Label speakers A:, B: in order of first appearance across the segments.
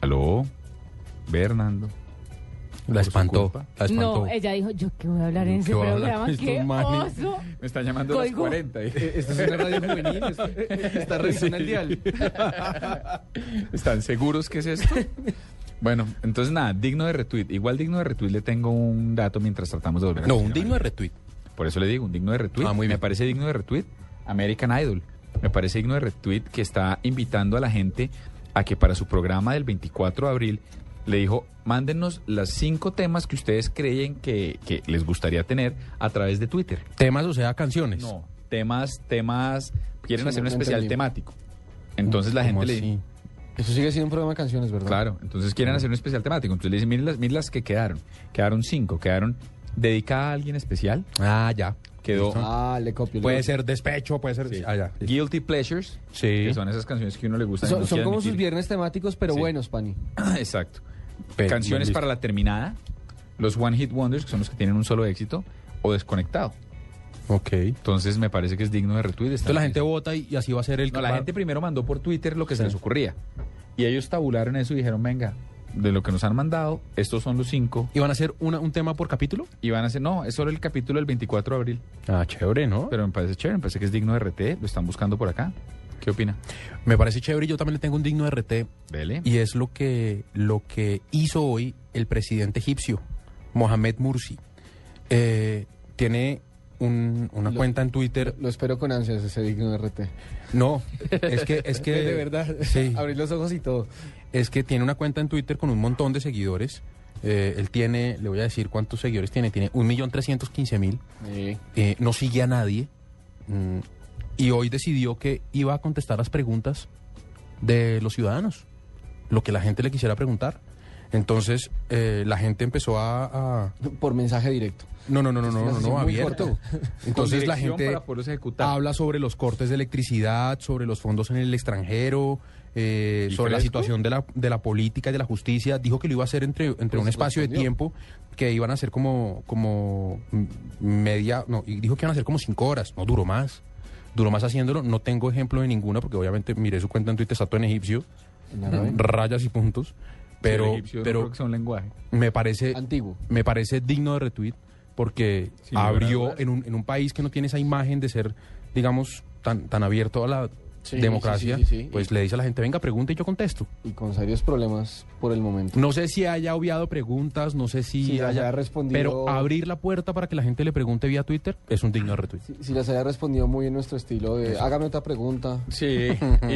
A: Aló, Bernardo. Por
B: La
A: su
B: espantó.
A: culpa.
B: La espantó.
C: No, ella dijo, yo qué voy a hablar
B: Yo
C: en
B: qué
C: ese
B: voy a hablar
C: programa,
B: con estos
C: qué
B: manes.
C: oso.
A: Me están llamando a las
C: Colgó.
A: 40.
D: Esta Eh, es una radio juvenil, es- está revisando el dial.
A: ¿Están seguros que es esto? Bueno, entonces nada, digno de retweet. Igual digno de retweet le tengo un dato mientras tratamos de volver a
B: No, un
A: funcionar.
B: digno de retweet.
A: Por eso le digo, un digno de retweet.
B: Ah, muy bien.
A: Me parece digno de retweet American Idol. Me parece digno de retweet que está invitando a la gente a que para su programa del 24 de abril le dijo, mándenos las cinco temas que ustedes creen que, que les gustaría tener a través de Twitter.
B: Temas, o sea, canciones.
A: No, temas, temas, quieren
D: Sí,
A: hacer un
D: no
A: especial
D: entendí.
A: temático. Entonces la
B: ¿Cómo
A: gente le...
B: así?
D: Eso sigue siendo un programa de canciones, ¿verdad?
A: Claro, entonces quieren hacer un especial temático. Entonces le dicen, miren las, miren las que quedaron. Quedaron cinco, quedaron dedicada a alguien especial.
B: Ah, ya.
A: Quedó
D: Ah, le copio. le
B: Puede
D: copio.
B: ser despecho, puede ser.
A: Sí.
B: Ah, ya.
A: Guilty Pleasures,
B: Sí.
A: que son esas canciones que uno le gusta. y
D: Son,
A: no
D: son
A: quiere
D: como sus
A: admitir.
D: viernes temáticos, pero
A: Sí.
D: buenos, Pani.
A: Exacto.
B: Pe-
A: Canciones
B: listo.
A: para la terminada, los One Hit Wonders, que son los que tienen un solo éxito, o desconectado.
B: Ok. Entonces
A: Entonces me parece que es digno de retweet. Entonces
B: la gente vota y, y así va a ser el.
A: No, la
B: va-
A: gente primero mandó por Twitter lo que se les ocurría. Y ellos tabularon eso y dijeron, venga, de lo que nos han mandado, estos son los cinco.
B: ¿Y van a hacer una- un tema por capítulo?
A: Y van a hacer, no, es solo el capítulo del 24 de abril.
B: Ah, chévere, ¿no?
A: Pero me parece chévere, me parece que es digno de RT, lo están buscando por acá. ¿Qué opina?
B: Me parece chévere. y Yo también le tengo un digno de RT.
A: Dele.
B: Y es lo que, lo que hizo hoy el presidente egipcio, Mohamed Mursi. Eh, tiene un- una
D: Lo-
B: cuenta en Twitter.
D: Lo espero con ansias ese digno RT.
B: No, es que. Es que
D: de verdad.
B: Sí.
D: Abrir los ojos y todo.
B: es que tiene una cuenta en Twitter con un montón de seguidores. Eh, él tiene, le voy a decir cuántos seguidores tiene, tiene 1.315.000. Eh, no sigue a nadie. Mm, y hoy decidió que iba a contestar las preguntas de los ciudadanos, lo que la gente le quisiera preguntar. Entonces eh, la gente empezó a, a-
D: Por mensaje directo.
B: No, no, no, no, no, no, no,
D: Muy
B: abierto. Entonces la
A: dirección
B: gente
A: para poderlos ejecutar.
B: habla sobre los cortes de electricidad, sobre los fondos en el extranjero, eh,
A: ¿Y
B: sobre la
A: fresco?
B: situación de la, de la política y de la justicia. Dijo que lo iba a hacer entre, entre
D: Pues
B: un espacio de
D: respondió.
B: tiempo que iban a ser como, como m- media, no, y dijo que iban a ser como cinco horas, no duró más. Duró más haciéndolo, no tengo ejemplo de ninguna, porque obviamente miré su cuenta en Twitter, está todo en egipcio,
D: En
B: Mm.
D: árabe.
B: rayas y puntos,
A: Sí, el
B: pero,
A: egipcio no creo
B: pero
A: que sea un lenguaje.
B: me parece
D: Antiguo.
B: me parece digno de retweet porque
A: Sin lugar a
B: abrió
A: dudas.
B: en un, en un país que no tiene esa imagen de ser, digamos, tan, tan abierto a la
D: Sí,
B: democracia,
D: sí, sí, sí, sí.
B: pues le dice a la gente, venga, pregunta y yo contesto.
D: Y con serios problemas por el momento.
B: No sé si haya obviado preguntas, no sé si
D: Sí, las
B: haya
D: haya respondido-
B: Pero abrir la puerta para que la gente le pregunte vía Twitter es un digno de retweet.
D: Si, si las haya respondido muy en nuestro estilo de hágame otra pregunta.
A: Sí.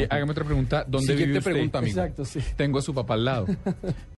A: hágame otra pregunta. ¿Dónde
B: Siguiente
A: vive usted?
B: pregunta, amigo.
D: Exacto, sí.
A: Tengo a su papá al lado.